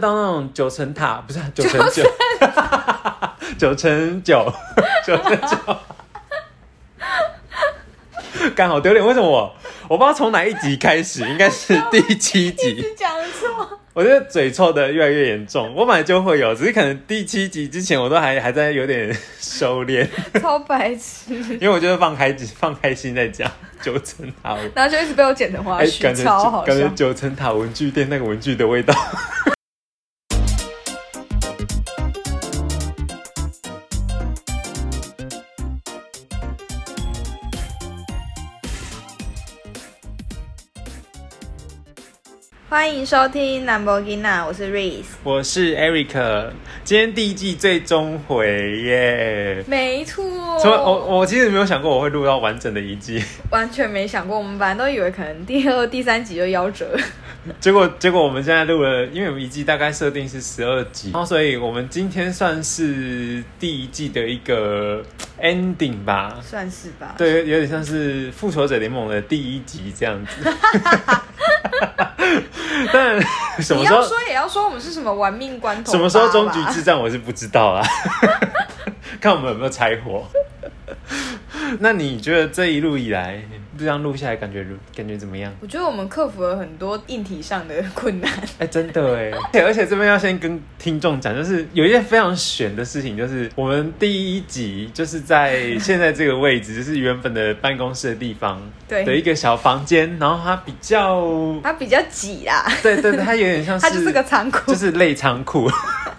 到那种九层塔，不是九层九，九层九，九层九，干好丢脸！为什么我我不知道从哪一集开始，应该是第七一集， 直讲错，我觉得嘴臭的越来越严重。我本来就会有，只是可能第七集之前我都还还在有点 收敛，超白痴， 因为我觉得放开放开心在讲九层塔文，然后就一直被我剪成花哎、絮，感觉啊超好感觉笑。九层塔文具店那个文具的味道。欢迎收听《南博吉娜》，我是 Reese。我是 Eric，今天第一季最终回耶！没哦从我错，我其实没有想过我会录到完整的一季， 完全没想过，我们本来都以为可能第二、第三集就夭折。 结果结果我们现在录了，因为我们一季大概设定是十二集，然后所以我们今天算是第一季的一个 ending 吧。算是吧。对，有点像是《复仇者联盟》的第一集这样子。 但什么你时候要说也要说我们是什么玩命关头吧什吧，么时候终局之战，我是不知道啦。 看我们有没有柴火。那你觉得这一路以来，这样录下来感觉如感觉怎么样？我觉得我们克服了很多硬体上的困难。哎、真的哎，而且而且这边要先跟听众讲，就是有一件非常悬的事情，就是我们第一集就是在 现在这个位置，就是原本的办公室的地方对的一个小房间，然后它比 较，它比较挤啦，对对对，它有点像是它就是个仓 库就。是类仓 库。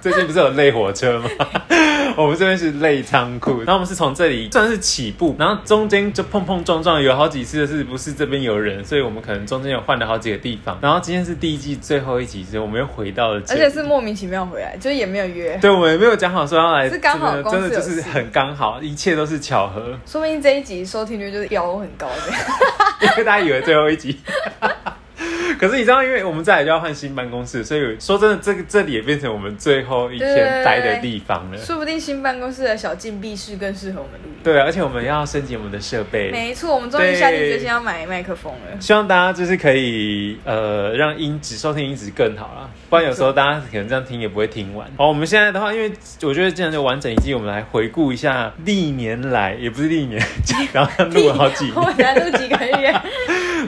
最近不是有类火车吗？ 我们这边是类仓库，然后我们是从这里算是起步，然后中间就碰碰撞撞，有好几次是不是这边有人，所以我们可能中间有换了好几个地方。然后今天是第一季最后一集，所以我们又回到了这而里，且是莫名其妙回来，就是也没有约，对我们也没有讲好说要来这边是刚好的，公司真的就有是事很刚好，一切都是巧合， 说不定这一集收听率就是飙很高的。因为大家以为最后一集。 可是你知道，因为我们再来就要换新办公室，所以说真的，这个这里也变成我们最后一对天对待的对地 方了。说不定新办公室的小禁闭室更适合我们录音。对，而且我们要升级我们的设备，没错，我们终于下定决对心要买麦克风了。希望大家就是可以呃让音质收听音质更好啦，不然有时候大家可能这样听也不会听完。好，我们现在的话，因为我觉得这样就完整一季，我们来回顾一下历年来，也不是历年，然后录了好几我们才录几个月，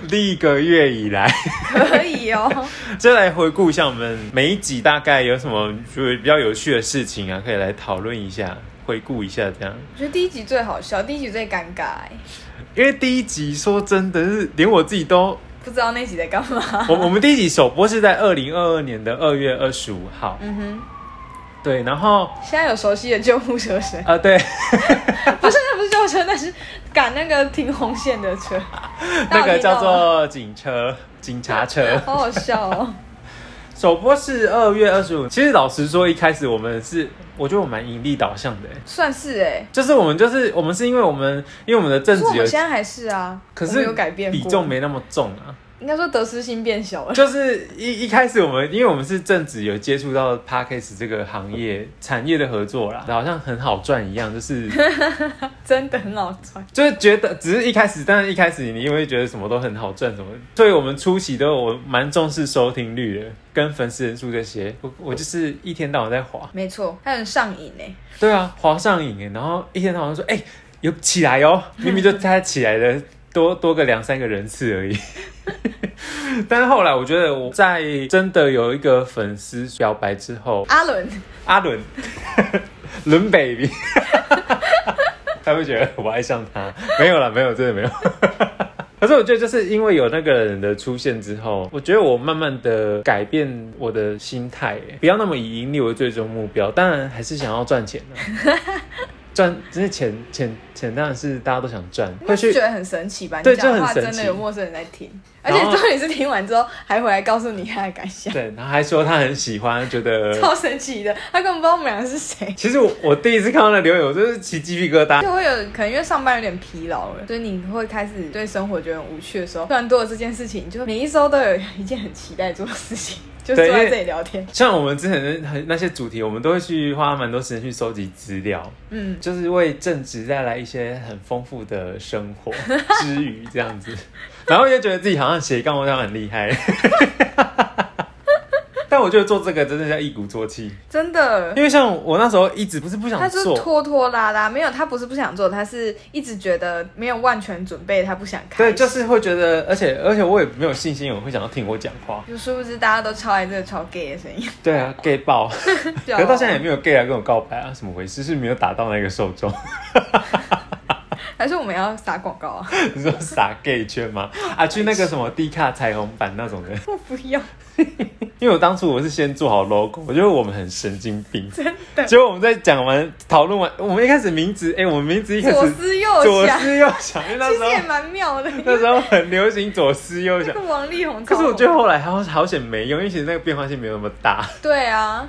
历个月以来，可 以哦。就来回顾一下我们每一集大概有什么就是比较有趣的事情啊，可以来讨论一下，回顾一下这样。我觉得第一集最好笑，第一集最尴尬、哎，因为第一集说真的是连我自己都不知道那集在干嘛。 我我们第一集首播是在二零二二年的二月二十五号，嗯哼，对，然后现在有熟悉的救护车声，呃 对， 不是那不是救护车，那是赶那个停红线的车， 那个叫做警车警察车， 好好笑哦。首播是二月二十五。其实老实说，一开始我们是我觉得我蛮盈利导向的，欸算是哎、就是我们就是我们是因为我们因为我们的政可是我治们现有，在还是啊，可我们是有改变过比重，没那么重啊。应该说得失心变小了。就是一一开始我们，因为我们是正职有接触到 p a c k a g e 这个行业产业的合作啦，好像很好赚一样，就是真的很好赚，就是觉得，只是一开始，但是一开始你因为觉得什么都很好赚，什么，所以我们初期都有我蛮重视收听率的，跟粉丝人数这些，我我就是一天到晚在滑，没错，它很上瘾哎、对啊，滑上瘾耶，然后一天到晚说，哎、有起来 哦，明明就才起来的多多个两三个人次而已。 但是后来我觉得我在真的有一个粉丝表白之后，阿伦，阿伦， 伦 baby，他会觉得我爱上他？没有啦，没有，真的没有。 可是我觉得，就是因为有那个人的出现之后，我觉得我慢慢的改变我的心态，哎不要那么以盈利为最终目标。当然，还是想要赚钱啊，赚，只是钱钱钱当然是大家都想赚，应会该是去觉得很神奇吧？你对讲就话很神真的奇有陌生人在听，而然且后重点是听完之后还回来告诉你他的感想，对，然后还说他很喜欢，觉得。超神奇的。他根本不知道我们两个是谁，其实我我第一次看到那留言，我就是起鸡皮疙瘩。就会有可能因为上班有点疲劳了，所以你会开始对生活觉得很无趣的时候，突然多了这件事情，就每一周都有一件很期待做的事情，就是对坐因在为这里聊天。像我们之前的很那些主题，我们都会去花蛮多时间去收集资料， 嗯，就是为正职带来一些很丰富的生活 之余这样 子，然后就觉得自己好像斜杠我好像很厉害，但我觉得做这个真的叫一鼓作气，真的。因为像我那时候一直不是不想他就是做，拖拖拉拉，没有，他不是不想做，他是一直觉得没有万全准备，他不想开对，始。就是会觉得，而且而且我也没有信心有人会想要听我讲话。就殊不知大家都超爱这个超 gay 的声音，对啊，gay 爆，可可是到现在也没有 gay 来跟我告白啊，怎么回事？是没有打到那个受众，还是我们要撒广告 啊？你说撒 gay 圈吗？啊，去那个什么 D 卡彩虹版那种的，我不要，因为我当初我是先做好 logo，我觉得我们很神经病。真的结果我们在讲完、讨论完，我们一开始名字，哎、我们名字一开左始思右左想，思右想，因为那其时实也候蛮妙的。那时候很流行左思右那想个。王力宏超可红，是我觉得后来好好险没用，因为其实那个变化性没有那么大。对啊，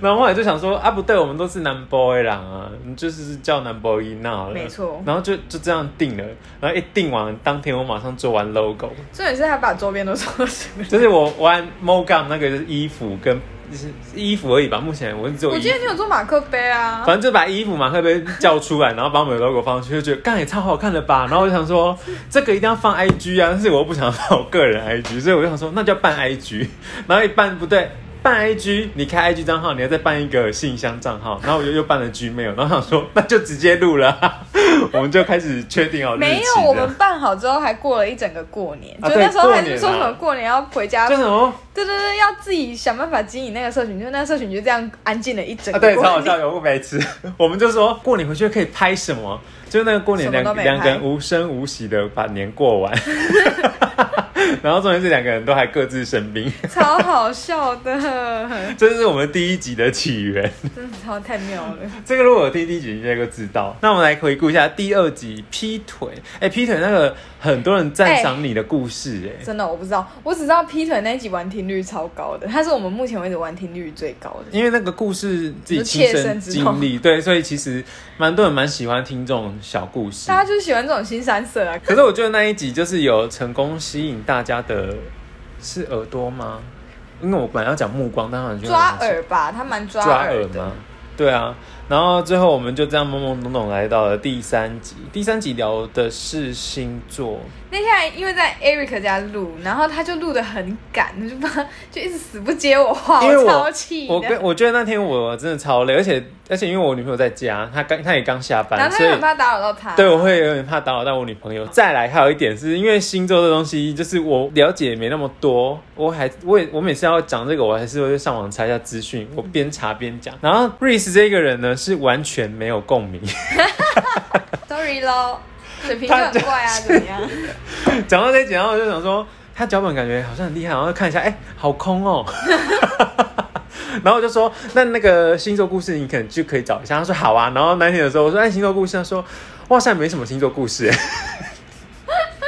然后后来就想说啊，不对，我们都是男 boy 啦，啊，你就是叫男 boy 那好了。没错然后就就这样定了，然后一定完当天我马上做完 logo，重点是他把周边都做出来。 就是我玩 MoGam 那个就是衣服跟就是衣服而已吧，目前我只有我衣记服得。你有做马克杯啊，反正就把衣服马克杯叫出来，然后把我们的 logo 放上去，就觉得干也超好看的吧。然 后我就想说，这个一定要放 IG 啊，但是我又不想放我个人 IG，所以我就想说，那就要办 IG。然后一办不对，办 IG，你开 IG 账号，你要再办一个信箱账号，然后我就又办了 Gmail，然后想说那就直接录了 啊、我们就开始确定好日期没有，我们了办好之后还过了一整个过年，啊就对那时候还过是年说什啊么过年要回家，就对什么对对，要自己想办法经营那个社群，就那社群就这样安静了一整啊，个对，过超好年。笑，有个白痴， 我们就说过年回去可以拍什么，就是那个过年什么都两没两个拍人无声无息的把年过完， 然后重点是两个人都还各自生病， 超好笑的， 这是我们第一集的起源。 真的超太妙了。这个如果有听第一集，你应该就知道。那我们来回顾一下第二集劈腿，哎、劈腿那个很多人赞赏你的故事、哎、真的我不知道，我只知道劈腿那一集完听率超高的，它是我们目前为止完听率最高的。因为那个故事自己就亲切身身之痛经历，对，所以其实蛮多人蛮喜欢听这种小故事。大家就是喜欢这种新三色啊，可是我觉得那一集就是有成功吸引大家的，是耳朵吗？因为我本来要讲目光，但好像抓耳吧，他蛮抓抓耳耳的吗。？对啊，然后最后我们就这样懵懵懂懂来到了第三集。第三集聊的是星座，那天还因为在 Eric 家录，然后他就录的很赶，就不就一直死不接我话，因为我超气我的。跟我觉得那天我真的超累，而且而且因为我女朋友在家，她刚她也刚下然班，后他所就以很怕打扰到他，对，我会有点怕打扰到我女朋友。再来，还有一点是因为星座这东西，就是我了解没那么多，我还我也我每次要讲这个，我还是会上网查一下资讯，我边查边讲。然后 Reese 这个人呢，是完全没有共鸣。 ，sorry 咯，水瓶就他就很怪啊，怎么样？讲到这一集，然后我就想说，他脚本感觉好像很厉害，然后看一下，哎、好空哦。 然后我就说，那那个星座故事你可能就可以找一下。他说好啊。然后那天的时候，我说哎，星座故事，他说哇塞，没什么星座故事 耶。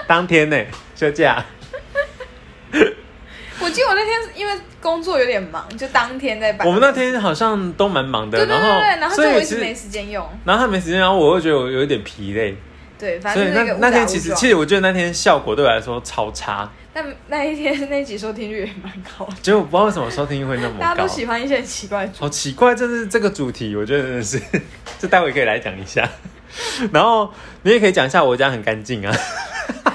当天呢，休假。我记得我那天是因为工作有点忙，就当天在办。我们那天好像都蛮忙的，对对对然对，后对然后就所我以一其直实没时间用，然后他没时间，然后我又觉得我有一点疲累，对，反所正以就那是一个误那打天误其实，撞其实我觉得那天效果对我来说超差，但那一天那集收听率也蛮高的，结果不知道为什么收听率会那么高，大家都喜欢一些很奇怪的主好奇怪，这是这个主题，我觉得真的是， 这待会可以来讲一下。 然后你也可以讲一下我家很干 净啊，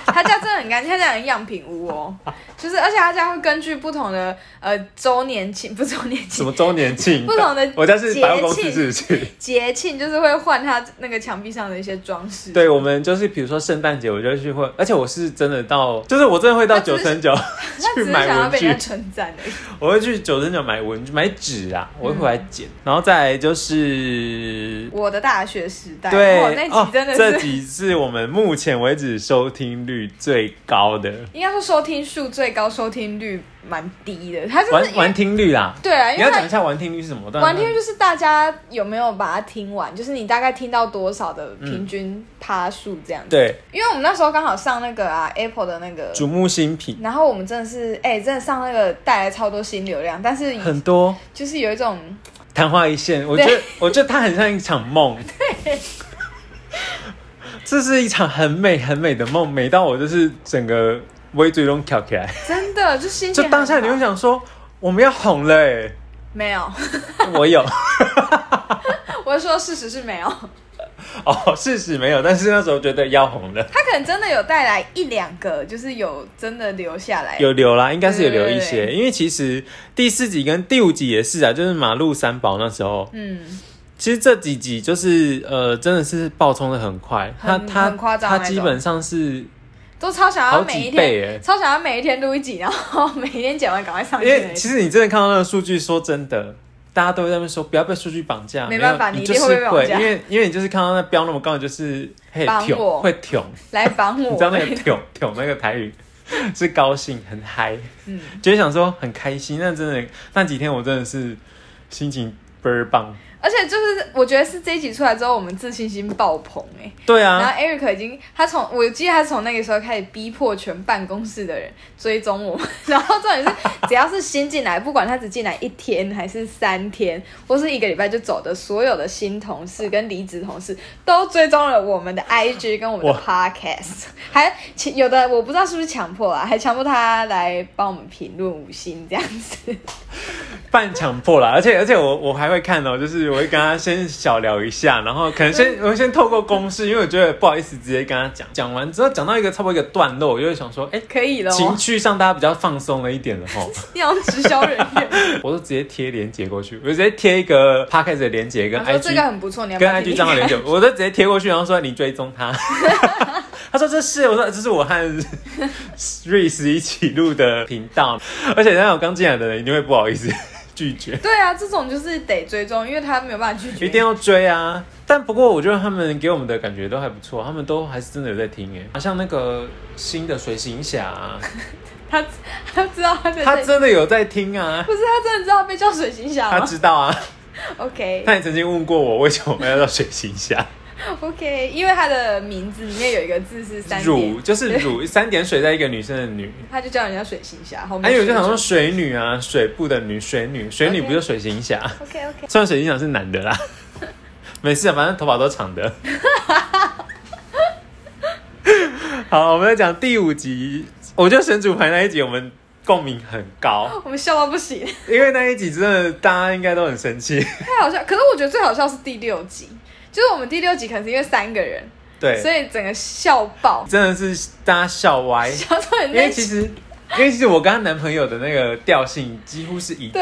他家真的很干净，他家很样品屋哦，就是而且他家会根据不同的呃周年庆，不是周年什庆 么周年庆，不同的我家是百货公司节庆是不是？节庆，就是会换他那个墙壁上的一些装饰。 对，，我们就是比如说圣诞节，我就去会，而且我是真的到，就是我真的会到他九只是 层九他去只是买想要文被具，人家称赞而已。我会去九层九买文具、买纸啊，嗯我会回来捡。然后再来就是，我的大学时代，对，哦哇那集真的这是、集是我们目前为止收听率最高的，应该说收听数最高，收听率蛮低的。他就是完因为完听率啦。对啊，因你要为他讲一下完听率是什么？完听就是大家有没有把它听完，就是你大概听到多少的平均趴数这样子。，对，因为我们那时候刚好上那个啊 Apple 的那个瞩目新品然后我们真的是，哎、真的上那个带来超多新流量，但是很多，就是有一种，昙花一现。我觉得，我觉得它很像一场 梦。 这是一场很美很美的梦，美到我就是整个微追中跳起来。真的就心情就很好。当下你会想说，我们要红了哎、没有， 我有，我是说事实是没有， 哦，事实没有，但是那时候觉得腰红的他可能真的有带来一两个，就是有真的留下来。有留啦，应该是有留一些，对因为其实第四集跟第五集也是啊，就是马路三宝那时候，嗯，其实这几集就是呃，真的是爆冲的很快，他很他很夸张他那种基本上是都超想要好每一几天，倍哎。超想要每一天录一集，然后每一天剪完赶快上因为去。其实你真的看到那个数据，说真的，大家都在那边说不要被数据绑架，没办法有你你一就定是会被绑架因为因为你就是看到那标那么高，你就是嘿绑挺我会 挺，来绑我，你知道那个挺挺那个台语是高兴很嗨， 嗯，就是想说很开心。那真的那几天我真的是心情倍儿棒，而且就是我觉得是这一集出来之后，我们自信心爆棚哎、对然啊，后 Eric 已经，他从我记得他从那个时候开始逼迫全办公室的人追踪我们， 然后重点是只要是新进来，不管他只进来一天还是三天，或是一个礼拜就走的，所有的新同事跟离职同事都追踪了我 们的 IG 跟我们的 Podcast，还其有的我不知道是不是强迫啊，还强迫他来帮我们评论五星这样子，半强迫啦，而且而且我我还会看哦、就是我会跟他先小聊一下，然后可能先嗯我会先透过公式，因为我觉得不好意思直接跟他讲，讲完之后讲到一个差不多一个段落，我就会想说，哎、可以了情哦，绪上大家比较放松了一点了吼， 你好像直销人员。我都直接贴连接过去，我直接贴一个 podcast 的连接跟我说这个 IG 很不错，你要不跟要听 IG 听账号看连接，我都直接贴过去，然后说你追踪他， 他说这是我说这是我和瑞斯一起录的频道，而且那种刚进来的人一定会不好意思 拒绝， 对啊，这种就是得追踪，因为他没有办法拒绝。一定要追啊。但不过我觉得他们给我们的感觉都还不错，他们都还是真的有在听哎，像那个新的水行侠啊、他他知道他在他真的有在听啊，不是他真的知道被叫水行侠他吗知道啊。 ？OK 他也曾经问过我为什么要叫水行侠， OK，因为他的名字里面有一个字是三乳点，就是乳三点水在一个女生的女，他就叫人家水行侠。后还面有就想说水水女啊，水部的女，水女，水女嗯 OK 不就水行侠？ 行侠 OK OK，虽然水行侠是男的啦， 没事啊，反正头发都长的。 好，我们来讲第五集，我觉得神主牌那一集我们共鸣很高，我们笑到不行， 因为那一集真的大家应该都很生气， 太好笑。可是我觉得最好笑是第六集，就是我们第六集可能是因为三个人，对，所以整个笑爆，真的是大家笑 歪。笑到很因为内其实，因为其实我跟她男朋友的那个调性几乎是一致对，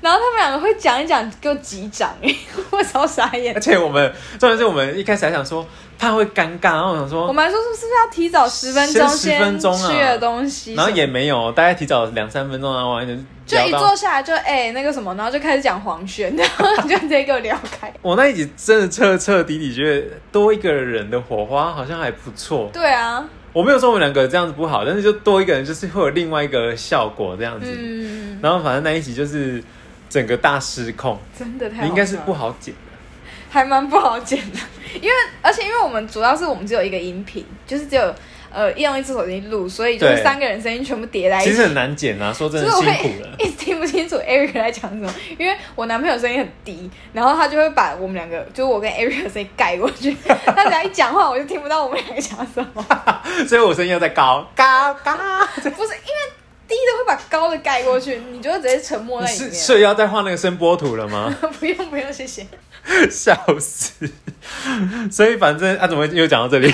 然后他们两个会讲一讲，给我击掌，哎， 我超傻眼而。且我们重点是我们一开始还想说怕会尴尬，然后我想我说，们还说是不是要提早十分钟先10分钟啊去了东西，然后也没有，大概提早两三分钟，啊然后完全就一聊坐到。下来就哎、那个什么，然后就开始讲黄轩， 然后你就直接给我聊开。我那一集真的彻彻底底觉得多一个人的火花好像还不错。对啊，我没有说我们两个这样子不好，但是就多一个人就是会有另外一个效果这样子。嗯，然后反正那一集就是整个大失控， 真的太好你笑了应该是不好剪的。还蛮不好剪的，因为而且因为我们主要是我们只有一个音频，就是只有呃一用一只手机录，所以就对是三个人声音全部叠在一其起实。很难剪啊，说真就的是我辛会苦了。 一直听不清楚 Eric 在讲什么，因为我男朋友声音很低，然后他就会把我们两个，就是我跟 Eric 的声音盖过 去。他只要一讲话，我就听不到我们两个讲什么。 所以我声音要再高，嘎嘎。不是因为低的会把高的盖过去，你就会直接沉默你在里是面。所以要再画那个声波图了吗？ 不用不用，谢谢。笑死！所以反正啊，怎么又讲到这里？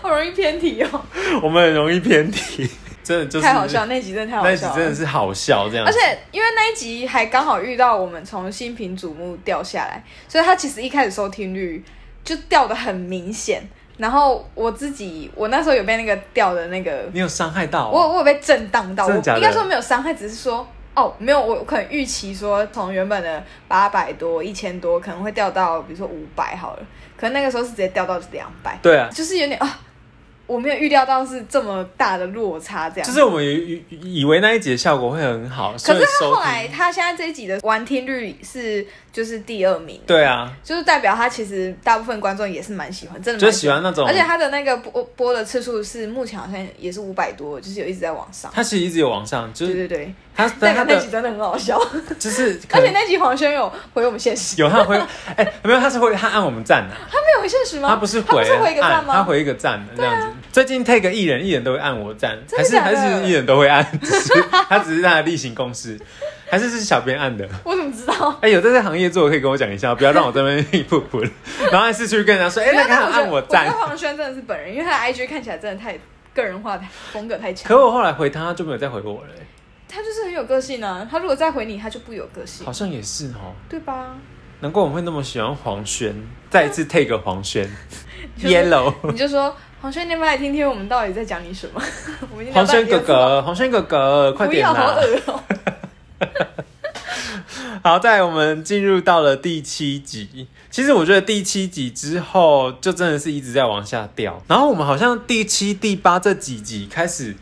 好容易偏题哦， 我们很容易偏题，真的就是太好笑，那集真的太好那一集笑了。真的是好笑 这样而。且因为那一集还刚好遇到我们从新品瞩目掉下来，所以它其实一开始收听率就掉的很明显。然后我自己，我那时候有被那个掉的那个，你有伤害到、我哦？我有被震荡到，真我的假的应该说没有伤害，只是说哦，没有，我我可能预期说从原本的八百多、一千多，可能会掉到比如说五百好了，可能那个时候是直接掉到两百，对啊，就是有点啊，我没有预料到是这么大的落差这样。就是我们以以以为那一集的效果会很好，可所是以他收后听来，他现在这一集的完听率是就是第二名，对啊，就是代表他其实大部分观众也是蛮喜欢，真的就蛮喜欢那种而且他的那个播播的次数是目前好像也是五百多，就是有一直在往上。他其实一直有往上，就对是对对，他那但个他那集的真的很好笑， 就是可而能且那集黄轩有回我们现实，有他回哎、没有他是回他按我们赞的、啊他没有回现实吗？他不是他回不是回一个赞按他吗？啊回一个赞的这样子。最近 take 个艺人，艺人都会按我赞，真还的是假还的是艺人都会按，只是他只是他的例行公事，还是是小编按的。我怎么知道？哎、有在这行业做的可以跟我讲一下，不要让我在那边 一步步的。然后还是去跟人家说，哎、那个但他我觉得按我觉得赞。黄轩真的是本人，因为他的 IG 看起来真的太个人化、太风格太强。可我后来回他，他就没有再回我了、欸他就是很有个性啊，他如果再回你，他就不有个性好，像也是哦。对吧？难怪我们会那么喜欢黄轩，再一次 take 黄轩 就是，yellow， 你就说黄轩，你们来听听我们到底在讲你什么？我们已经聊黄半轩哥 天了，哥，黄轩哥哥，快不点要好啦！恶哦、 好，再来我们进入到了第七集。其实我觉得第七集之后就真的是一直在往下掉，然后我们好像第七、第八这几集开始，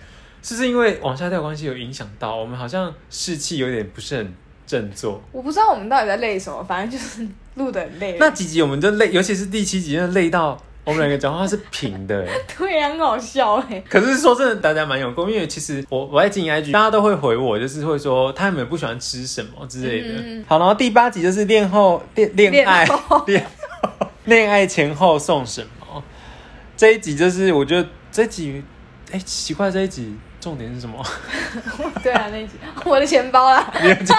是不是因为往下掉的关系有影响到我们？好像士气有点不是很振作。我不知道我们到底在累什么，反正就是录的很累。那几集我们就累，尤其是第七集，真的累到我们两个讲话是平的、欸对呀、很好笑哎、 可是说真的，大家蛮有共，因为其实我我在经营 IG，大家都会回我，就是会说他们不喜欢吃什么之类的。嗯好，然后第八集就是恋后恋恋爱恋后恋 恋爱前后送什么？这一集就是我觉得这一集，哎、奇怪，这一集重点是什么？ 对啊，那一集 我的钱包啦，你有见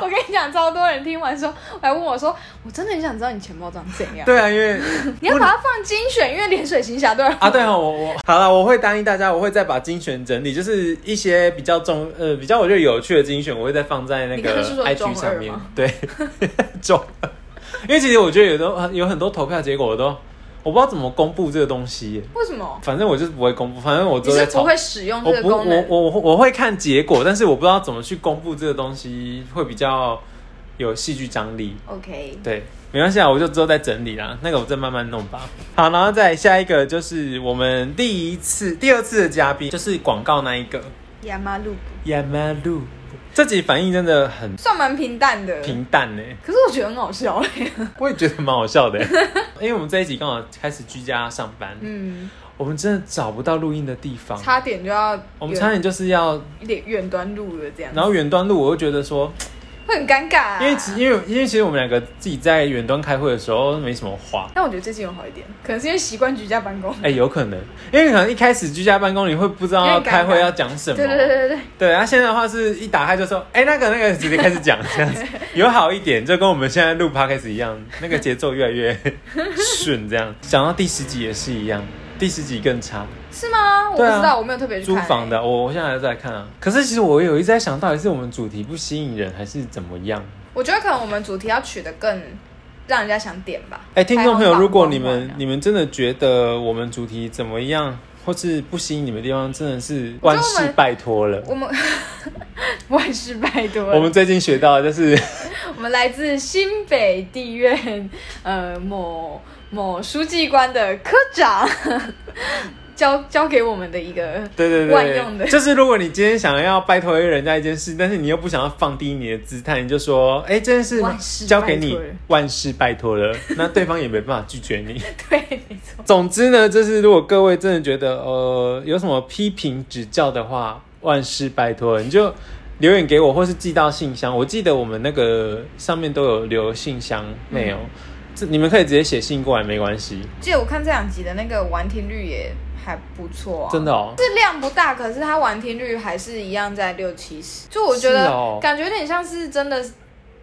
我跟你讲，超多人听完说，来问我说，我真的很想知道你钱包长怎样。对啊，因为你要把它放精选，因为连水行侠都有啊，对哦，我我好了，我会答应大家，我会再把精选整理，就是一些比较重呃比较我觉得有趣的精选，我会再放在那你刚个刚是说 IG 中上二面 吗。对，中二，因为其实我觉得有的有很多投票结果我都我不知道怎么公布这个东西耶，为什么？反正我就是不会公布，反正我你都是在不吵。会使用这我个不，功我能？我我会看结果，但是我不知道怎么去公布这个东西，会比较有戏剧张力。 OK，对，没关系啊，我就之后再整理啦。那个我再慢慢弄吧。好，然后再下一个就是我们第一次、第二次的嘉宾，就是广告那一个亚麻路亚麻路。这集反应真的很算蛮平淡的，平淡呢，欸可是我觉得很好笑哎。我也觉得蛮好笑的。欸 因为我们这一集刚好开始居家上班，嗯，我们真的找不到录音的地方，差点就要我们差点就是要，有点远端录了这样，然后远端录，我又觉得说，会很尴尬、啊。因为其因为因为其实我们两个自己在远端开会的时候没什么话，但我觉得最近有好一点，可能是因为习惯居家办公。哎、有可能，因为可能一开始居家办公，你会不知道有要点尴尬开会要讲什么。对对对对对，对啊，现在的话是一打开就说，哎、那个那个，直接开始讲这样 子，有好一点，就跟我们现在录 podcast 一样，那个节奏越来越顺，这 样。讲到第十集也是一样，第十集更差。是吗？我不对知啊道，我没有特别去租看、房的，哦我我现在还在看啊。可是其实我有一直在想，到底是我们主题不吸引人，还是怎么样？我觉得可能我们主题要取得更让人家想点吧。啊哎、听众朋友，如果你们开放吧你们真的觉得我们主题怎么样，或是不吸引你们的地方，真的是我万觉得我们事拜托了。我们 万事拜托了，我们最近学到的 就是，我们来自新北地院呃某某书记官的科长 交交给我们的一个对对万用的对，就是如果你今天想要拜托人家一件事，但是你又不想要放低你的姿态，你就说，哎、这件万事事交给你拜托了，万事拜托 了，那对方也没办法拒绝你。 对，没错，总之呢，就是如果各位真的觉得呃有什么批评指教的话，万事拜托，你就留言给我，或是寄到信箱。我记得我们那个上面都有留信箱内嗯容，这你们可以直接写信过来，没关系。记得我看这两集的那个完听率也还不错、啊，真的哦，是量不大，可是它完听率还是一样在六七十，就我觉是得、哦感觉有点像是真的，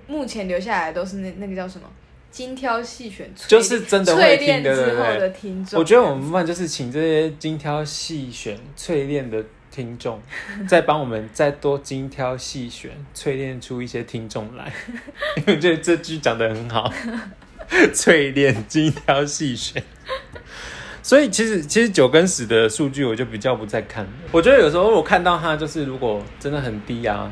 目前留下来都是那那个叫什么精挑细选，淬就是真的会淬听炼的，之对后不的对？听众。我觉得我们慢慢就是请这些精挑细选、淬炼的听众， 再帮我们再多精挑细选、淬炼出一些听众来，因为我觉得这句讲的很 好，淬炼、精挑细选。所以其实其实九跟十的数据我就比较不再看了，我觉得有时候我看到它就是如果真的很低啊，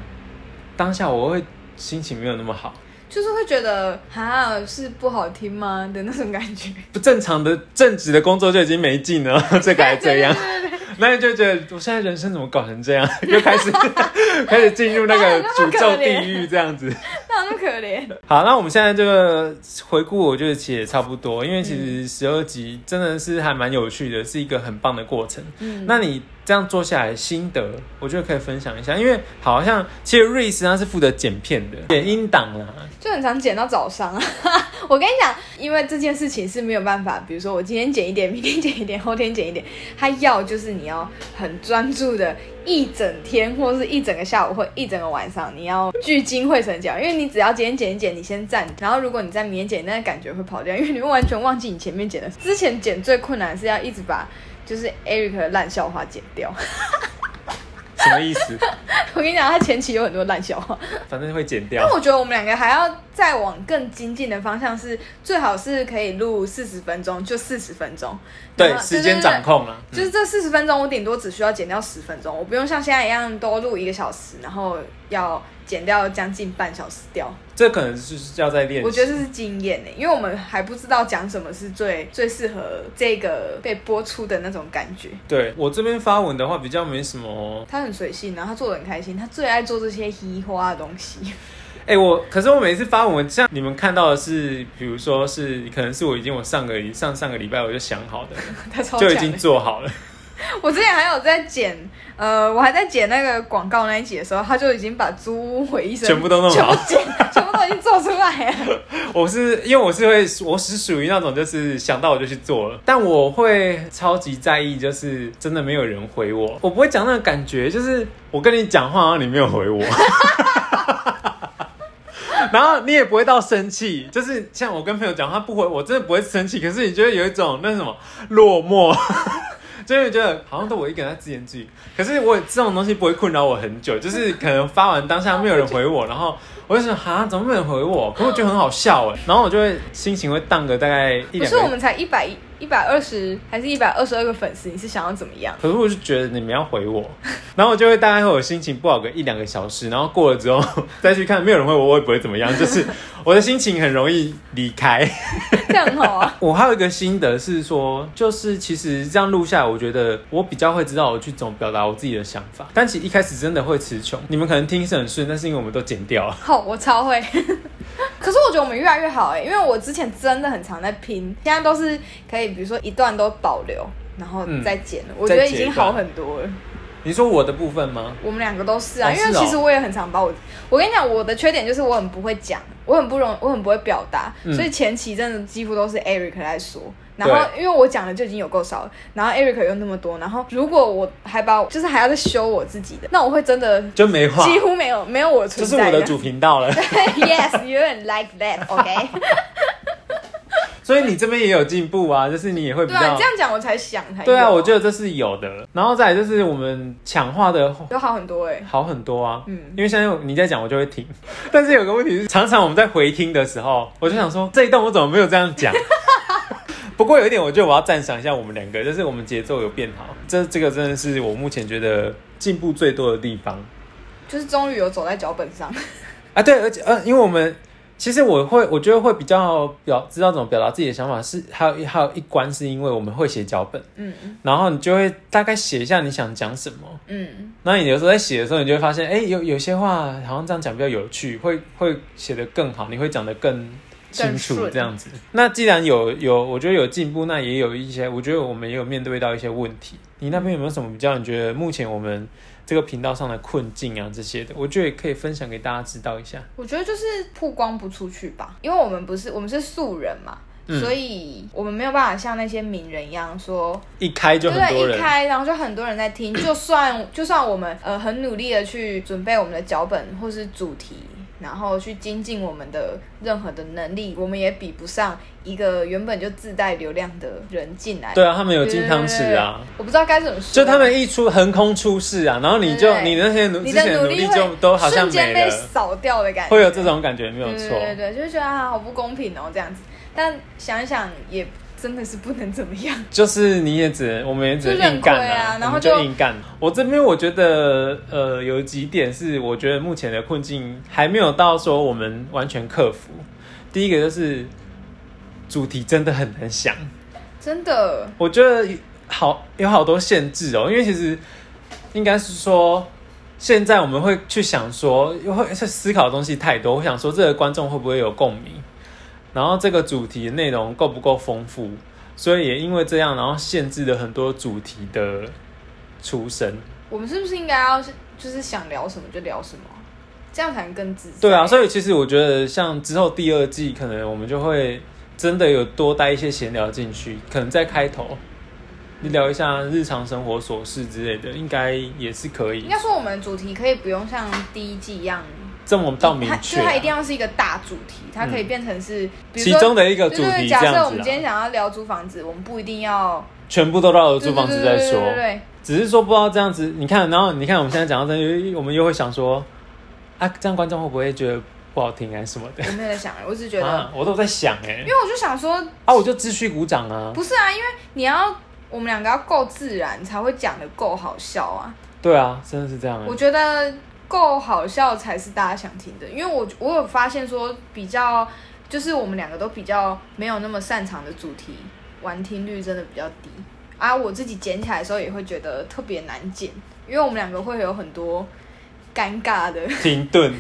当下我会心情没有那么好。就是会觉得哈是不好听吗的那种感觉。 不正常的正职的工作就已经没劲了，这个还这样，那你就觉得我现在人生怎么搞成这样？ 又开始开始进入那个诅咒地狱这样子。那那么可怜，好，那我们现在这个回顾，我觉得其实也差不多，因为其实十二集真的是还蛮有趣的，是一个很棒的过程。嗯，那你这样做下来心得，我觉得可以分享一下，因为好像其实瑞斯他是负责剪片的，剪音档啊啦，就很常剪到早上啊。我跟你讲，因为这件事情是没有办法，比如说我今天剪一点，明天剪一点，后天剪一点，它要就是你要很专注的一整天或是一整个下午或一整个晚上，你要聚精会神讲，因为你只要今天剪一剪，你先暂停，然后如果你在明天剪，那感觉会跑掉，因为你会完全忘记你前面剪的。之前剪最困难的是要一直把就是 Eric 的烂笑话剪掉。什么意思？我跟你讲，他前期有很多烂笑话，反正会剪掉但。我觉得我们两个还要再往更精进的方向是，最好是可以录四十分钟，就四十分钟，对，然后时间掌。控啊嗯了。就是这四十分钟，我顶多只需要剪掉十分钟，我不用像现在一样多录一个小时，然后要剪掉将近半小时掉。这可能是要在练习。我觉得这是经验欸呢、因为我们还不知道讲什么是最最适合这个被播出的那种感觉。对我这边发文的话，比较没什么。他很随性，然后他做的很开心，他最爱做这些嘻花的东西。 哎、我可是我每次发文，像你们看到的是，比如说是，可能是我已经我上个礼上上个礼拜我就想好的，他超就强已的。经做好了。 我之前还有在剪，呃，我还在剪那个广告那一集的时候，他就已经把租屋回忆声全部都弄好全部剪，全 部都已经做出来 了。我是因为我是会，我是属于那种就是想到我就去做了，但我会超级在意，就是真的没有人回我，我不会讲那个感觉，就是我跟你讲话，然后你没有回我。然后你也不会到生气，就是像我跟朋友讲，他不回我，真的不会生气。可是你觉得有一种那是什么落寞， 就是觉得好像都我一个人在自言自语。可是我这种东西不会困扰我很久，就是可能发完当下没有人回我，然后我就想哈，怎么没有人回我？可我觉得很好笑哎，然后我就会心情会荡个大概一不两是我个。们才一百一百二十还是一百二十二个粉丝，你是想要怎么样？ 可是我就觉得你们要回我，然后我就会大概会有心情不好个一两个小时，然后过了之后 再去看，没有人回我，我也不会怎么样，就是我的心情很容易离开。这样很好 啊。我还有一个心得是说，就是其实这样录下来，我觉得我比较会知道我去怎么表达我自己的想法。但其实一开始真的会词穷，你们可能听是很顺，但是因为我们都剪掉了。好，我超会。 可是我觉得我们越来越好哎、因为我之前真的很常在拼，现在都是可以，比如说一段都保留，然后嗯再剪了。我再觉得已截经一段好很多了。你说我的部分吗？我们两个都是啊，哦因为是哦其实我也很常把我，我跟你讲，我的缺点就是我很不会讲，我很不容，我很不会表达，嗯所以前期真的几乎都是 Eric 来说。然后因为我讲的就已经有够少了，然后 Eric 又那么多，然后如果我还把就是还要再修我自己的，那我会真的 就没话，几乎没有没有我这存是在我的主频道了。yes, you don't like that, OK？所以你这边也有进步啊，就是你也会比对啊，较你这。样讲我才想才有对啊，我觉得这是有的。然后再来就是我们抢话的有好很多哎、好很多啊，嗯因为现在你在讲我就会听， 但是有个问题是，常常我们在回听的时候，我就想说这一段我怎么没有这样讲。 不过有一点，我觉得我要赞赏一下我们两个，就是我们节奏有变好，这这个真的是我目前觉得进步最多的地方就是终于有走在脚本上，啊。对，而且呃，因为我们其实我会，我觉得会比较表知道怎么表达自己的想法是，还有一还有一关是因为我们会写脚本，嗯嗯然后你就会大概写一下你想讲什么，嗯，那你有时候在写的时候，你就会发现，哎、有有些话好像这样讲比较有趣，会会写得更好，你会讲得更清更楚顺这样子。那既然有有，我觉得有进步，那也有一些，我觉得我们也有面对到一些问题。你那边有没有什么比较？你觉得目前我们这个频道上的困境啊这些的，我觉得也可以分享给大家知道一下。我觉得就是曝光不出去吧，因为我们不是我们是素人嘛。嗯所以我们没有办法像那些名人一样说，一开就对很多对，人一，开然后就很多人在 听。就算就算我们呃很努力的去准备我们的脚本或是主题，然后去精进我们的任何的能力，我们也比不上一个原本就自带流量的人进来。对啊，他们有金汤匙啊。我不知道该怎么说，就他们一出横空出世啊，然后你就对你那些努你之的前的努努力力会就都好像瞬间没被了，扫掉的感觉，会有这种感觉，没有对错。对对，就是觉得啊好不公平哦这样子，但想一想也真的是不能怎么样， 就是你也只能，我们也只就认能硬干亏啊啊，然后我们就就硬干。我这边我觉得，呃，有几点是我觉得目前的困境还没有到说我们完全克服。第一个就是主题真的很难想，真的。我觉得好有好多限制哦，因为其实应该是说。现在我们会去想说，又会去思考的东西太多。我想说，这个观众会不会有共鸣？然后这个主题的内容够不够丰富？所以也因为这样，然后限制了很多主题的出身。我们是不是应该要是就是想聊什么就聊什么，这样才能更自在？对啊，以所以其实我觉得，像之后第二季，可能我们就会真的有多带一些闲聊进去，可能在开头。聊一下日常生活琐事之类的，应该也是可以应。该说我们主题可以不用像第一季一样，这么到明它确就啊、它一定要是一个大主题，它可以变成是，比其如中说。的一个对主对题对，这假设我样们子今天啦，想要聊租房子，我们不一定要全部都绕着租房子在对对说对对。对对只是说不知道这样子，你看，然后你看我们现在讲到这里，我们又会想说，啊，这样观众会不会觉得不好听啊什么的？我没有在想，我只是觉得，啊，我都在想哎、因为我就想说，啊，我就秩序鼓掌啊，不是啊，因为你要我们两个要够自然，才会讲的够好笑啊。对啊，真的是这样、我欸，觉得够好笑才是大家想听的，因为我我有发现说比较，就是我们两个都比较没有那么擅长的主题，完听率真的比较低啊。我自己剪起来的时候也会觉得特别难剪，因为我们两个会有很多尴尬的， 停顿，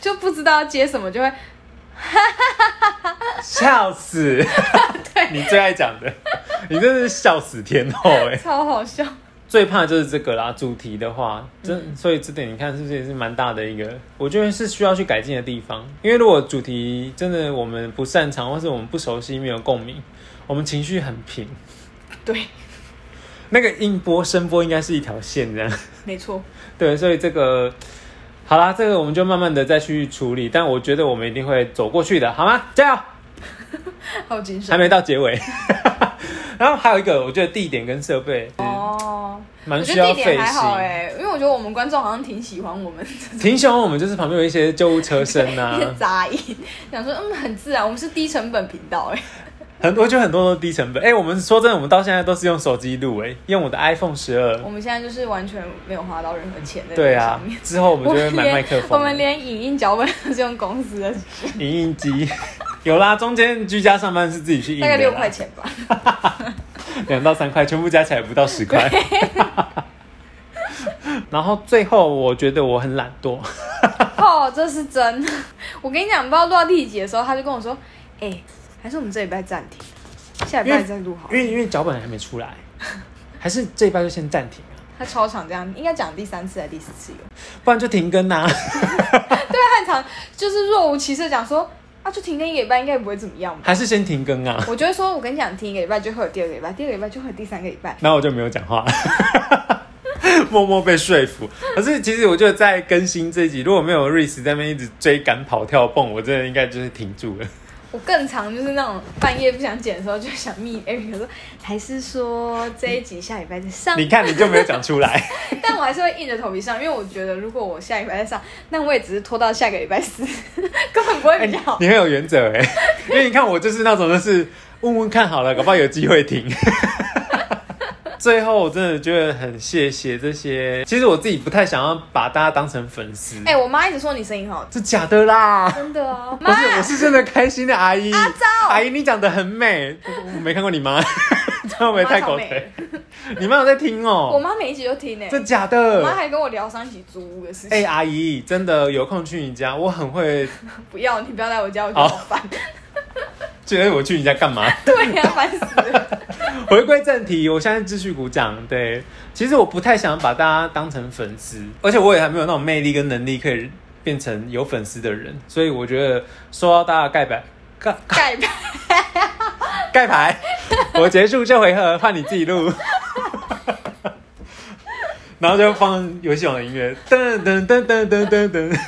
就不知道接什么，就会笑死，你最爱讲的，你真是笑死天后哎、超好笑。最怕就是这个啦，主题的话，真所以这点你看是不是也是蛮大的一个，我觉得是需要去改进的地方。因为如果主题真的我们不擅长，或是我们不熟悉，没有共鸣，我们情绪很平，对，那个音波声波应该是一条线这样。 没错，对，所以这个好啦，这个我们就慢慢的再去处理，但我觉得我们一定会走过去的，好吗？加油！好精神。还没到结尾。 然后还有一个，我觉得地点跟设备哦，蛮我觉需得要地费点还心。好哎、因为我觉得我们观众好像挺喜欢我们挺喜欢我们就是旁边有一些救护车声 一些啊，杂音，想说嗯很自然，我们是低成本频道哎、很多就很多都低成本。哎、我们说真的，我们到现在都是用手机录，哎，用我的 iPhone 十二我。们现在就是完全没有花到任何钱在这对个啊上面。，之后我们就会买连麦克我风、们连影印脚本都是用公司的，影印机。有啦，中间居家上班是自己去印的大啦，概六块钱吧。两到三块，全部加起来不到十 块。然后最后，我觉得我很懒惰，哦，这是真的。我跟你讲，不知道录到第几集的时候，他就跟我说：“哎、还是我们这礼拜暂停，下礼拜再录好因了。为因为脚本还没出来， 还是这一半就先暂停啊，”他超常这样，应该讲第三次还是第四次有。不然就停更啊呐、他很常就是若无其事地讲说：“啊，就停更一个礼拜，应该也不会怎么样吧。” 还是先停更啊。我就会说，我跟你讲，听一个礼拜就会有第二个礼拜，第二个礼拜就会有第三个礼拜。然后我就没有讲话， 默默被说服。可是其实我觉得在更新这一集，如果没有 Reese 在那边一直追赶、跑、跳、蹦，我真的应该就是停住了。我更常就是那种半夜不想剪的时候，就 想密 Eric 说，还是说这一集下礼拜再上你。看，你就没有讲出来。但我还是会硬着头皮上，因为我觉得如果我下礼拜再上，那我也只是拖到下个礼拜四， 根本不会哎比较好。你很有原则哎、因为你看我就是那种就是问问看好了，搞不好有机会停。 最后我真的觉得很谢谢这些，其实我自己不太想要把大家当成粉丝，哎、我妈一直说你声音很好听，是假的啦。真的啊，不妈，是，我是真的开心的阿姨。阿昭阿姨你长得很美，我我没看过你 妈，这样会不会我妈太超狗美腿？你妈有在听我哦、妈每一集都听呢、这假我妈的。还跟我聊上一起租屋的事哎、情，阿姨，真的有空去你家，我很会，不要你不要来我家，我觉哦得好烦。 觉得我去你家干嘛？ 对呀、烦死了。回归正题，我现在继续鼓掌。对，其实我不太想把大家当成粉丝，而且我也还没有那种魅力跟能力可以变成有粉丝的人，所以我觉得受到大家的盖牌盖盖 牌，盖 牌，我结束这回合，换你自己 录。然后就放游戏王的音乐，噔噔噔噔噔噔噔。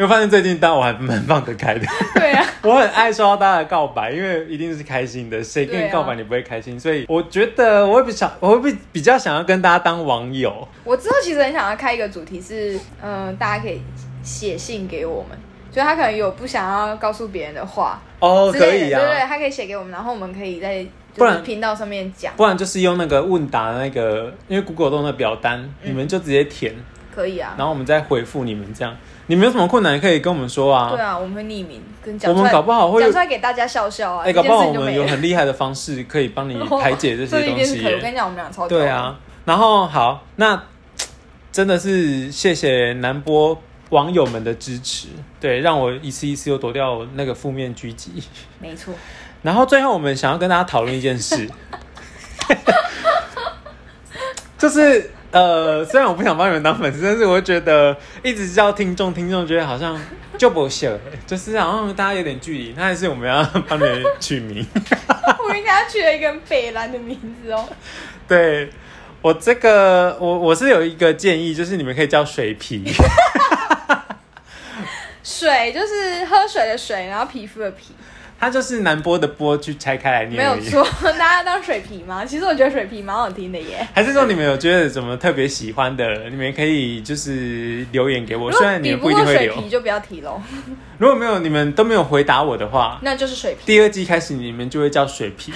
我发现最近当我还蛮放得 开的，对啊。我很爱收到大家的告白，因为一定是开心的，谁跟对你啊告白你不会开心，所以我觉得我会比想，我会比比较想要跟大家当网友，我之后其实很想要开一个主题是，嗯、大家可以写信给我们，就他可能有不想要告诉别人的话哦，之可类的，以对对，啊，他可以写给我们，然后我们可以在不就是然频道上面讲，不然就是用那个问答的那个，因为 Google 动的表单，你们就直接填，可以啊，然后我们再回复你们这样，你们有什么困难可以跟我们说啊，对啊，我们会匿名跟讲我出们来，搞不好会有讲出，来给大家笑笑啊，哎、一搞件不好事我就们没有了。很厉害的方式可以 帮你排解这些一东定是西可以我耶。跟你讲，我们俩超屌对，啊，然后好，那真的是谢谢南波网友们的支持，对，让我一次一次又躲掉那个负面狙击。 没错， 然后最后我们想要跟大家讨论一件事， 就是呃，虽然我不想把你们当粉丝，但是我觉得一直叫听众，听众觉得好像就不行，就是好像大家有点距离，那还是我们要帮你们取名。我我们给他取了一个很北蓝的名字哦。 对我这个，我我是有一个建议，就是你们可以叫水 皮，水就是喝水的水，然后皮肤的皮，它就是南波的波去拆开来念没有 而已。错。大家当水皮吗？其实我觉得水皮蛮好听的耶。还是说你们有觉得怎么特别喜欢的，你们可以就是留言给我，如果虽然你比们不一定过会水留。皮就不要 提喽，如果没有你们都没有回答我的话，那就是水皮。第二季开始你们就会叫水皮。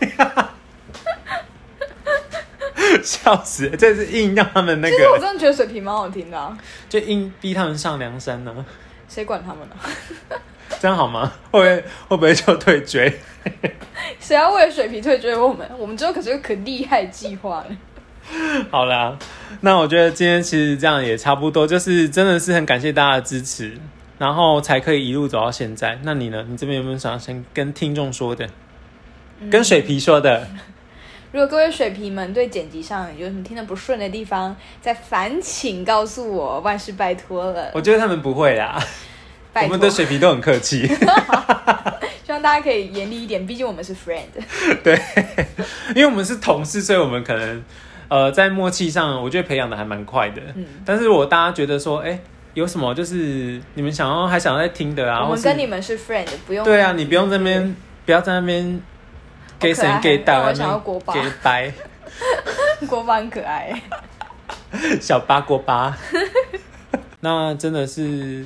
笑死！这是硬让他们那其实我个，真的觉得水皮蛮好听的、啊，就硬逼他们上梁山呢、谁管他们呢、 这样好吗？会不会会不会就退追？谁要为了水皮退追我们？我们之后可是有可厉害计划了。 好啦，那我觉得今天其实这样也差不多，就是真的是很感谢大家的支持，然后才可以一路走到现在。那你呢？你这边有没有想要先跟听众说的，嗯跟水皮说的？如果各位水皮们对剪辑上有什么听得不顺的地方，再烦请告诉我，万事拜托了。我觉得他们不会啦，我拜们托，对水皮都很客气。 希望大家可以严厉一点，毕竟我们是 friend。因为我们是同事，所以我们可能呃在默契上，我觉得培养的还蛮快的。嗯但是我大家觉得说，哎、有什么就是你们想要还想要再听的啊？我或们是跟你们是 friend，不用对啊，你不用在那边不要在那边给可爱神给让大我想要锅巴给白国宝很可爱。 小八锅 巴。那真的是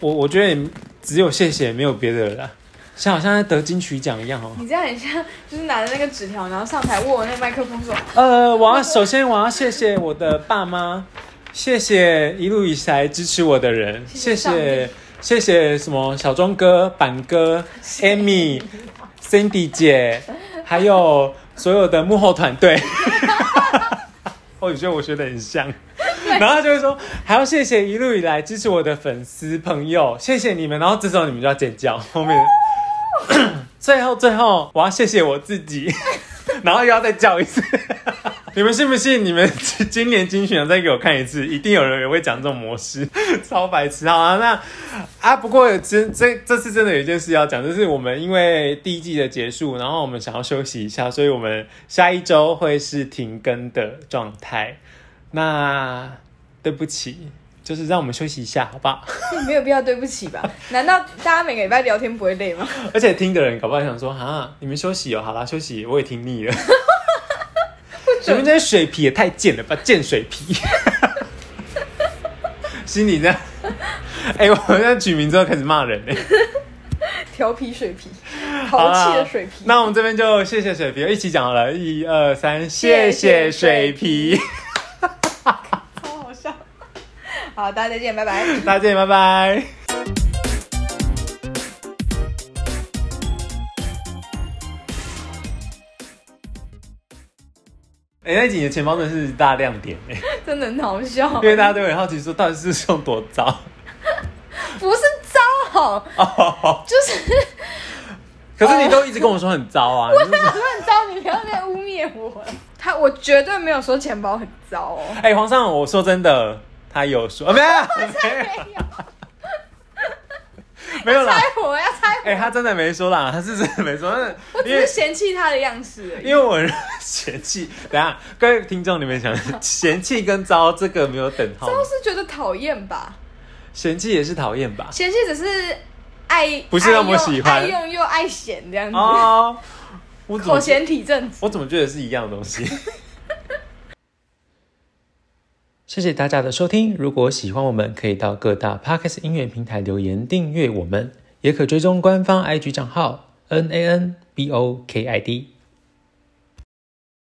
我，我觉得也只有谢谢，没有别的了啦。像好像在得金曲奖一样哦、你这样很像，就是拿着那个纸条，然后上台握我那个麦克风说 呃，我要首先我要谢谢我的爸妈，谢谢一路以来支持我的人，谢谢谢上帝谢谢谢什么小钟哥、板哥、Amy、Cindy 姐，还有所有的幕后团 队。哦，你觉得我学的很像，然后他就会说还要谢谢一路以来支持我的粉丝朋友，谢谢你们。然后这时候你们就要尖叫，后哦面 最后最后我要谢谢我自己，然后又要再叫一次。 你们信不信？你们今年金曲奖再给我看一次，一定有人也会讲这种模式， 超白痴。好啊，那啊，不过真这这次真的有一件事要讲，就是我们因为第一季的结束，然后我们想要休息一下，所以我们下一周会是停更的状态。那对不起，就是让我们休息一下，好不好？哎没有必要对不起吧？难道大家每个礼拜聊天不会累吗？而且听的人搞不好想说，哈，你们休息哦，好啦，休息，我也听腻了。你们这些水皮也太贱了吧，贱水皮！ 心里这样，哎、我好像取名之后开始骂人嘞、调皮水皮，好淘啦气的水皮。那我们这边就谢谢水皮，一起讲好了，一二三，谢谢谢水谢水皮皮，超好笑。 好，大家再见，拜拜。 大家见，拜拜。哎、那几年钱包真的是大亮点哎、真的很好笑， 因为大家都很好奇说到底是用多糟。 不是糟好，就是哦 可是你都一直跟 我说很糟啊，你就是乱糟，你不要再污蔑我。他，我绝对没有说钱包很糟 哦，哎、皇上，我说真的，他有说、啊、没有没有，没有啦猜，我要猜哎、我，他真的没说啦，他是真的没说，但是我只因为是嫌弃他的样式而已。因为我嫌弃，等一下各位听众你们想嫌弃跟糟这个没有等号吗，都是觉得讨厌吧，嫌弃也是讨厌吧？嫌弃只是爱，不是那么喜欢爱用爱用又爱嫌这样子，哦，我怎口么觉嫌体正直。我怎么觉得是一样的东西？ 谢谢大家的收听。如果喜欢我们，可以到各大 Podcast 音乐平台留言订阅我们，也可追踪官方 IG 账号 N A N B O K I D。